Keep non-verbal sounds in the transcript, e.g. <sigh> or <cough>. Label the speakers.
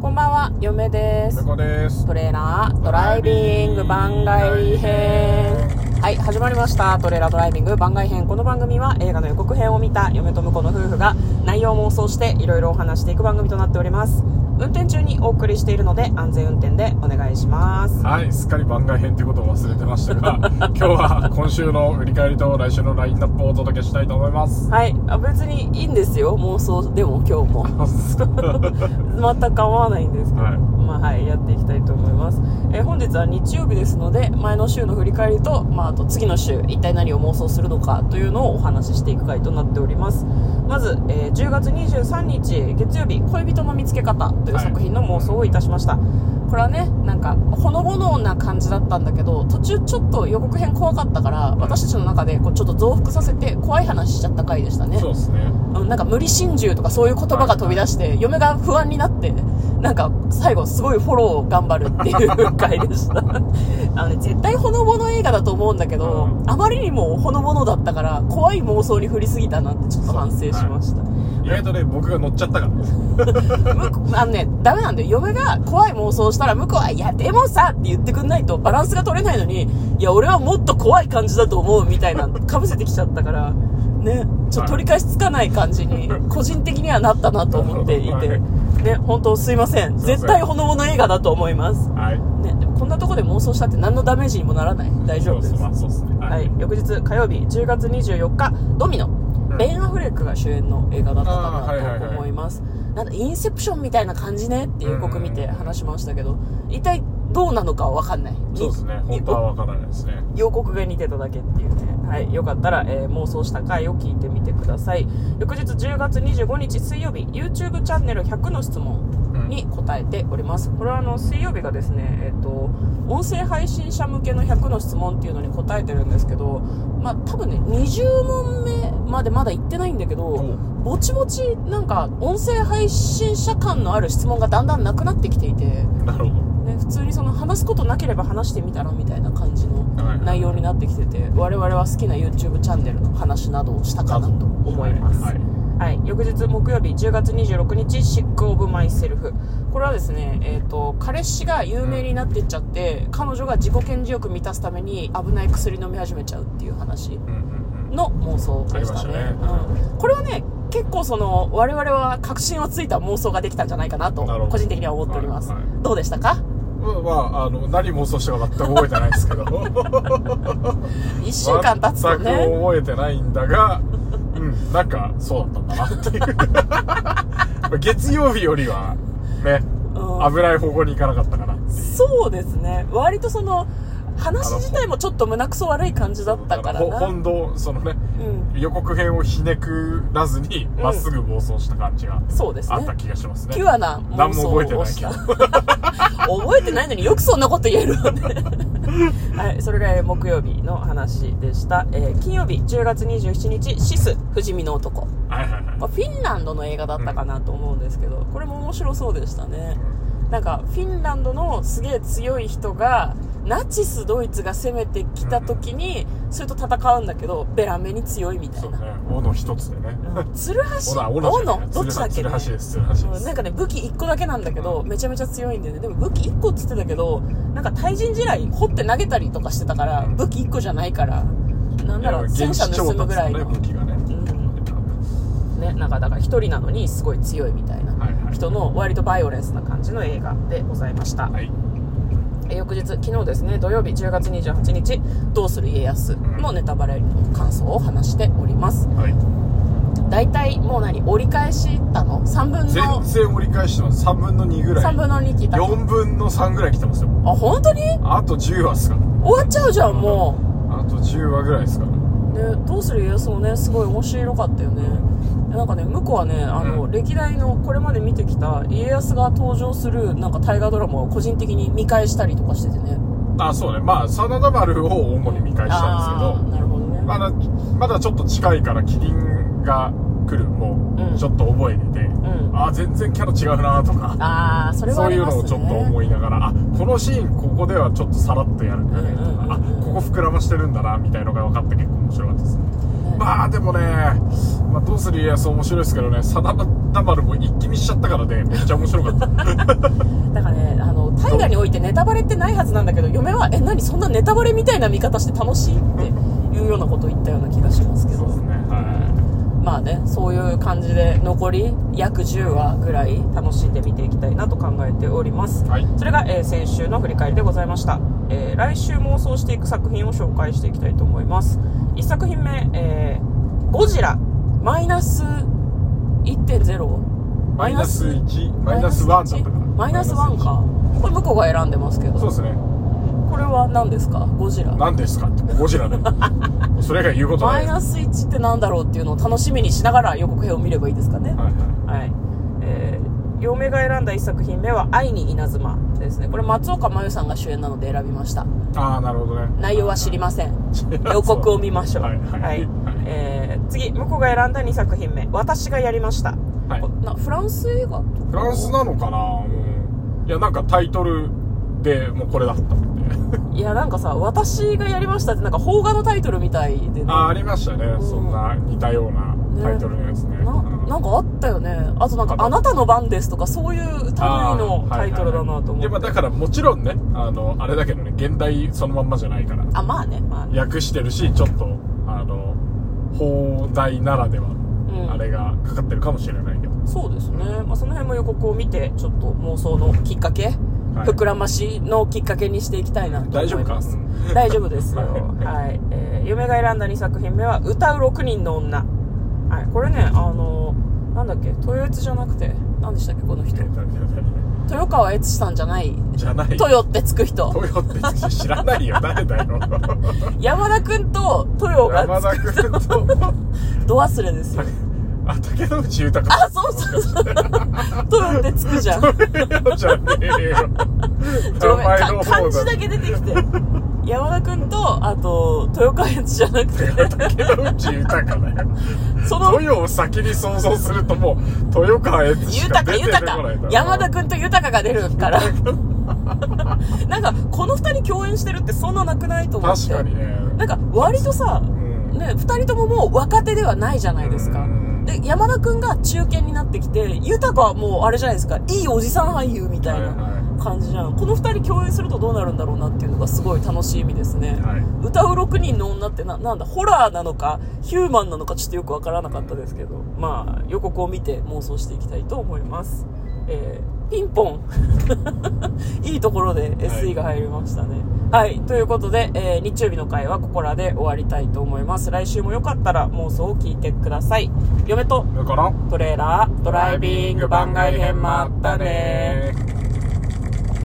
Speaker 1: こんばんは、嫁です
Speaker 2: 向。こうです
Speaker 1: トレーラードライビング番外編。はい、始まりました。トレーラードライビング番外編。この番組は映画の予告編を見た嫁と婿の夫婦が内容を妄想していろいろお話していく番組となっております。運転中にお送りしているので安全運転でお願いします。
Speaker 2: はいすっかり番外編ということを忘れてましたが <laughs> 今日は今週の振り返りと来週のラインナップをお届けしたいと思い <laughs> ます
Speaker 1: はい、あ別にいいんですよ。妄想でも今日も。
Speaker 2: は
Speaker 1: 全く構わないんですけど、
Speaker 2: はい
Speaker 1: まあはい、やっていきたいと思います、えー本日は日曜日ですので前の週の振り返りと、まあ、あと次の週一体何を妄想するのかというのをお話ししていく回となっておりますまず、えー10月23日月曜日「恋人の見つけ方」という
Speaker 2: はい
Speaker 1: 作品の妄想をいたしました、これはねなんかほのぼのな感じだったんだけど途中ちょっと予告編怖かったから私たちの中でこうちょっと増幅させて怖い話しちゃった回でしたね
Speaker 2: いそうですね
Speaker 1: うんなんか無理心中とかそういう言葉が飛び出して、嫁が不安になって、なんか最後すごいフォローを頑張るっていう回で <laughs> した。あのね、絶対ほのぼの映画だと思うんだけど、
Speaker 2: う
Speaker 1: あまりにもほのぼのだったから、怖い妄想に振りすぎたなってちょっと反省しました。
Speaker 2: 意外とね僕が乗っちゃったから
Speaker 1: 向こうあのね、ダメなんだよ。嫁が怖い妄想したら、向こうは、いや、でもさって言ってくんないとバランスが取れないのに、いや、俺はもっと怖い感じだと思うみたいな、かぶせてきちゃったから、ね、ちょっと取り返しつかない感じに、個人的にはなったなと思ってい
Speaker 2: は
Speaker 1: て
Speaker 2: い、
Speaker 1: ね、本当すいません。
Speaker 2: すいません
Speaker 1: 絶対ほのぼの映画だと思います。
Speaker 2: はい
Speaker 1: ね、でもこんなとこで妄想したって何のダメージにもならない。大丈夫です
Speaker 2: そう。まあそうですねは
Speaker 1: はい、翌日火曜日10月24日ドミノ、
Speaker 2: うん
Speaker 1: ベン・アフレックが主演の映画だった
Speaker 2: あーはいは
Speaker 1: かな
Speaker 2: いは
Speaker 1: と
Speaker 2: い
Speaker 1: 思います、なんかインセプションみたいな感じねっていう僕見て話しましたけど、一体どうなのかは分かんない
Speaker 2: そうですね
Speaker 1: に
Speaker 2: 本当はわからないですね
Speaker 1: 予告が似てただけっていうね、はい、よかったら、えー妄想した回を聞いてみてください翌日10月25日水曜日 YouTube チャンネル100の質問に答えております、これはあの水曜日がですね、えっと音声配信者向けの100の質問っていうのに答えてるんですけど、まあ、多分ね20問目までまだ行ってないんだけど、
Speaker 2: お
Speaker 1: ぼちぼちなんか音声配信者感のある質問がだんだんなくなってきていて、
Speaker 2: なるほ
Speaker 1: ね、普通にその話すことなければ話してみたらみたいな感じの
Speaker 2: どはい
Speaker 1: 内容になってきてて我々は好きな YouTube チャンネルの話などをしたかなと思います、
Speaker 2: は
Speaker 1: はいい翌日木曜日10月26日「シック・オブ・マイ・セルフ」これはですね、えー、と彼氏が有名になってっちゃって、彼女が自己顕示欲満たすために危ない薬飲み始めちゃうっていう話
Speaker 2: うんうんうん
Speaker 1: の妄想でしたね
Speaker 2: ありました
Speaker 1: うん、これはね結構その我々は確信をついた妄想ができたんじゃないかなと
Speaker 2: なるほど
Speaker 1: 個人的には思っております、
Speaker 2: はいはい
Speaker 1: どうでしたか
Speaker 2: うんまああの何妄想したか全く覚えてないですけど
Speaker 1: 1週間経つとね
Speaker 2: 全く覚えてないん
Speaker 1: <laughs>
Speaker 2: だが、うん、なんかそうだったんだなっていう <laughs> 月曜日よりはね
Speaker 1: うん
Speaker 2: 危ない方向に行かなかったかな
Speaker 1: そうですね割とその話自体もちょっと胸くそ悪い感じだったから
Speaker 2: ほ
Speaker 1: な
Speaker 2: 本堂そのね
Speaker 1: うん
Speaker 2: 予告編をひねくらずにまっすぐ暴走した感じが
Speaker 1: そうです
Speaker 2: あった
Speaker 1: ね
Speaker 2: 気がしますね、
Speaker 1: ピュアな妄
Speaker 2: 何
Speaker 1: 想
Speaker 2: も覚えて
Speaker 1: を
Speaker 2: な
Speaker 1: した <laughs>
Speaker 2: い
Speaker 1: 覚えてないのによくそんなこと言える <laughs> わねはいそれがえー木曜日の話でした、えー金曜日10月27日「シス不死身の男」
Speaker 2: けどはいはいはい
Speaker 1: まあフィンランドの映画だったかなと思うんですけど、これも面白そうでしたねなんかフィンランドのすげえ強い人がナチスドイツが攻めてきた時にそれと戦うんだけどベラ目に強いみた
Speaker 2: そ
Speaker 1: いうな、
Speaker 2: ね斧一つでね
Speaker 1: うん、鶴橋
Speaker 2: 斧
Speaker 1: 斧
Speaker 2: 斧じゃない
Speaker 1: どっちだっけ、
Speaker 2: 鶴
Speaker 1: ね
Speaker 2: 橋、です鶴橋です
Speaker 1: うんなんかね武器1個だけなんだけど
Speaker 2: う
Speaker 1: めちゃめちゃ強いんだよねでも武器1個っつってたけどなんか対人地雷掘って投げたりとかしてたから
Speaker 2: うん
Speaker 1: 武器1個じゃないからなんなら
Speaker 2: いや
Speaker 1: 戦車盗むぐらい
Speaker 2: 現地調達
Speaker 1: の
Speaker 2: のね武器がね、
Speaker 1: ねなんかだから1人なのにすごい強いみたいな
Speaker 2: はいはい
Speaker 1: 人の割とバイオレンスな感じの映画でございました、
Speaker 2: はい
Speaker 1: え翌日昨日ですね土曜日10月28日「どうする家康」のネタバレの感想を話しております
Speaker 2: はい
Speaker 1: 大体もう何折り返したの3分
Speaker 2: 全
Speaker 1: の
Speaker 2: 然折り返してます3分の2ぐらい
Speaker 1: 3分の2聞いた
Speaker 2: 4分の3ぐらい来てますよ
Speaker 1: あ本当に
Speaker 2: あと10話っすから
Speaker 1: 終わっちゃうじゃんも
Speaker 2: あと10話ぐらいですから
Speaker 1: う、ね「どうする家康」もねすごい面白かったよねなんかね向こうはねあの、
Speaker 2: うん
Speaker 1: 歴代のこれまで見てきた家康が登場するなんか大河ドラマを個人的に見返したりとかしててね
Speaker 2: あそうねまあ真田丸を主に見返した
Speaker 1: あ
Speaker 2: ん
Speaker 1: ー
Speaker 2: です
Speaker 1: なるほどね、
Speaker 2: けどまだまだちょっと近いからキリンが来る
Speaker 1: うん
Speaker 2: もちょっと覚えてて、
Speaker 1: ん
Speaker 2: あ全然キャラ違うなとか
Speaker 1: ああそれは
Speaker 2: そ
Speaker 1: あ
Speaker 2: うい
Speaker 1: り
Speaker 2: う
Speaker 1: ます
Speaker 2: の
Speaker 1: ね
Speaker 2: をちょっと思いながらあこのシーンここではちょっとさらっとやるんだねとか、
Speaker 1: うんうんうんうん
Speaker 2: あここ膨らましてるんだなみたいのが分かって結構面白かったですね
Speaker 1: ねはい
Speaker 2: まあでもね、まあ、どうする家康面白いですけどね、さだまるも一気見しちゃったからね、めっちゃ面白かった。
Speaker 1: <laughs> だからねあの大河においてネタバレってないはずなんだけど嫁は「え何そんなネタバレみたいな見方して楽しい?」っていうようなこと言ったような気がしますけ
Speaker 2: そう
Speaker 1: ど
Speaker 2: ですね、は
Speaker 1: まあねそういう感じで残り約10話ぐらい楽しんで見ていきたいなと考えております
Speaker 2: い。はい。
Speaker 1: それが、えー先週の振り返りでございました、えー来週妄想していく作品を紹介していきたいと思います1作品目、えーゴジラマイナス1.0
Speaker 2: マイナス1、マイナス1だったかな。
Speaker 1: マイナス1かこれ向こうが選んでますけど
Speaker 2: そうですね。
Speaker 1: これは何ですかゴジラ
Speaker 2: 何ですかって、ゴジラで。
Speaker 1: <laughs>
Speaker 2: それ以外言うことな
Speaker 1: マ
Speaker 2: い
Speaker 1: イ
Speaker 2: です。
Speaker 1: ナス1って何だろうっていうのを楽しみにしながら予告編を見ればいいですかね
Speaker 2: はいはい。
Speaker 1: はい、えー嫁が選んだ1作品目は「愛に稲妻」ですねこれ松岡真優さんが主演なので選びました
Speaker 2: ああ、なるほどね。
Speaker 1: 内容は知りません
Speaker 2: そう
Speaker 1: 予告を見ましょう
Speaker 2: はいはいはい
Speaker 1: えー次向こうが選んだ2作品目「私がやりました」
Speaker 2: はい
Speaker 1: こなフランス映画と
Speaker 2: フランスなのかなうんいや、なんかタイトルでもうこれだったんで。
Speaker 1: <laughs> いやなんかさ「私がやりました」ってなんか邦画のタイトルみたいでね
Speaker 2: あーありましたね、
Speaker 1: ん
Speaker 2: そんな似たようなタイトルのやつね
Speaker 1: な
Speaker 2: うん
Speaker 1: なんかあったよねあとなんか「あなたの番です」とかそういう類
Speaker 2: あー
Speaker 1: のタイトルだなと
Speaker 2: はいはいはい
Speaker 1: 思
Speaker 2: いやまあ
Speaker 1: って
Speaker 2: だからもちろんねあのあれだけどね現代そのまんまじゃないから
Speaker 1: あまあねまあね
Speaker 2: 訳してるしちょっとあの放題ならでは、
Speaker 1: ん
Speaker 2: あれがかかってるかもしれないけど
Speaker 1: そうですね、まあ、その辺も予告を見てちょっと妄想のきっかけ、
Speaker 2: はい
Speaker 1: 膨らましのきっかけにしていきたいなと
Speaker 2: 大丈
Speaker 1: 思い
Speaker 2: 夫か
Speaker 1: ます
Speaker 2: うん
Speaker 1: 大丈夫
Speaker 2: <laughs>
Speaker 1: ですよ
Speaker 2: はい
Speaker 1: はい、えー夢が選んだ2作品目は「歌う6人の女」はい、これねあのなんだっけ豊悦じゃなくて何でしたっけこの人豊川悦司さんじゃない
Speaker 2: じゃない
Speaker 1: 豊ってつく人
Speaker 2: トヨって知らないよ誰だよ
Speaker 1: 山田君と豊が
Speaker 2: 山田君と
Speaker 1: ド忘れですよ
Speaker 2: あ竹野内豊か
Speaker 1: あそうそう
Speaker 2: <laughs>
Speaker 1: そう豊ってつくじゃん
Speaker 2: じゃねえよ
Speaker 1: ご
Speaker 2: 名
Speaker 1: めん
Speaker 2: 前
Speaker 1: か
Speaker 2: の
Speaker 1: 漢
Speaker 2: 方
Speaker 1: 字
Speaker 2: が
Speaker 1: だけ出てきて
Speaker 2: <laughs>
Speaker 1: 山田君とあと豊川悦司じゃなくて
Speaker 2: <laughs> 竹野内豊かだよ
Speaker 1: その
Speaker 2: 豊を先に想像するともう豊川悦司しか
Speaker 1: 豊か
Speaker 2: 出てこ
Speaker 1: 豊
Speaker 2: な
Speaker 1: か
Speaker 2: いだろ
Speaker 1: 山田君と豊かが出るから
Speaker 2: <laughs>
Speaker 1: なんかこの2人共演してるってそんななくないと思って
Speaker 2: 確かにね
Speaker 1: なんか割とさ、
Speaker 2: ん
Speaker 1: ね、2人とももう若手ではないじゃないですか
Speaker 2: うん
Speaker 1: で山田君が中堅になってきて豊かはもうあれじゃないですかいいおじさん俳優みたい
Speaker 2: はい
Speaker 1: な
Speaker 2: は
Speaker 1: 感じじゃんこの2人共演するとどうなるんだろうなっていうのがすごい楽しみですね
Speaker 2: いはい
Speaker 1: 歌う6人の女ってななんだホラーなのかヒューマンなのかちょっとよくわからなかったですけど、まあ予告を見て妄想していきたいと思います、えーピンポン <laughs> いいところで SE が入りましたねはい、ということで、えー日曜日の回はここらで終わりたいと思います来週もよかったら妄想を聞いてください嫁と
Speaker 2: だから
Speaker 1: トレーラードライビング番外編まったね